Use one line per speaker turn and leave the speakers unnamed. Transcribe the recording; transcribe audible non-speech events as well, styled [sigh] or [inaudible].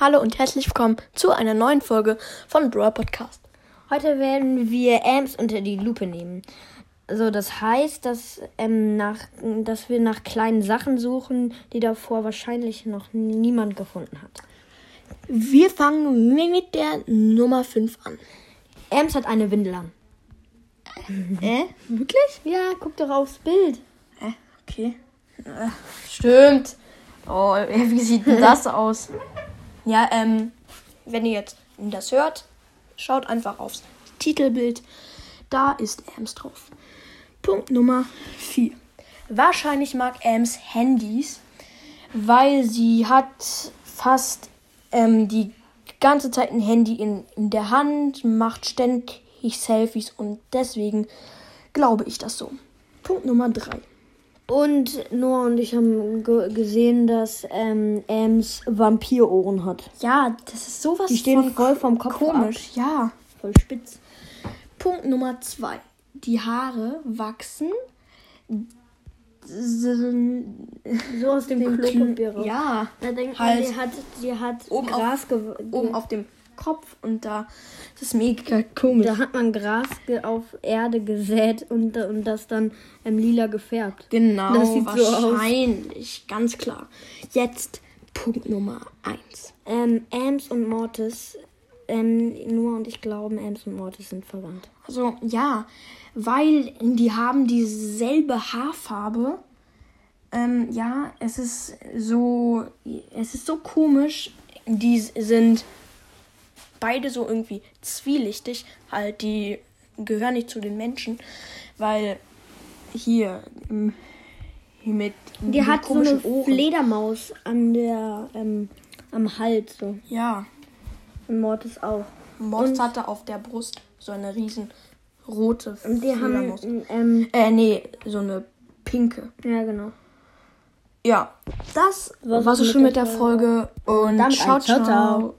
Hallo und herzlich willkommen zu einer neuen Folge von Brawl Podcast.
Heute werden wir Amps unter die Lupe nehmen. Also das heißt, dass, ähm, nach, dass wir nach kleinen Sachen suchen, die davor wahrscheinlich noch niemand gefunden hat.
Wir fangen mit der Nummer 5 an.
Amps hat eine Windel an.
Äh? Wirklich?
Ja, guck doch aufs Bild.
Äh, okay. Äh, stimmt. Oh, wie sieht denn das [laughs] aus? Ja, ähm, wenn ihr jetzt das hört, schaut einfach aufs Titelbild. Da ist Ams drauf. Punkt Nummer 4. Wahrscheinlich mag Ams Handys, weil sie hat fast ähm, die ganze Zeit ein Handy in, in der Hand, macht ständig Selfies und deswegen glaube ich das so. Punkt Nummer 3.
Und Noah und ich haben ge gesehen, dass ähm, Amps Vampirohren hat.
Ja, das ist sowas
Die stehen
von
voll vom Kopf
komisch, ja.
ab. Voll spitz.
Punkt Nummer 2. Die Haare wachsen sind
So aus dem Klopapier. raus.
Ja,
Da denkt man,
Halt.
die hat, die hat
Oben auf-
Gras gew-
oben auf dem Kopf und da. Das ist mega komisch.
Da hat man Gras ge- auf Erde gesät und, und das dann ähm, lila gefärbt.
Genau,
Das sieht so aus.
wahrscheinlich, ganz klar. Jetzt Punkt Nummer 1.
Ähm, Ams und Mortis, ähm, Noah und ich glauben, Ams und Mortis sind verwandt.
Also ja, weil die haben dieselbe Haarfarbe. Ähm, ja, es ist so, es ist so komisch. Die sind beide so irgendwie zwielichtig. Halt, die gehören nicht zu den Menschen, weil hier, ähm, hier mit
Die
mit
hat so eine
komischen Ohren.
Fledermaus an der, ähm, am Hals so.
Ja,
Und Mortis auch.
Moss hatte auf der Brust so eine riesen rote
Und die
Fledermaus.
haben, ähm,
Äh, nee, so eine pinke.
ja genau.
Ja, das
War's
war's
mit
schon mit
der
der Folge. Und
Damit ein
ciao,
Ciao,
ciao.
ciao.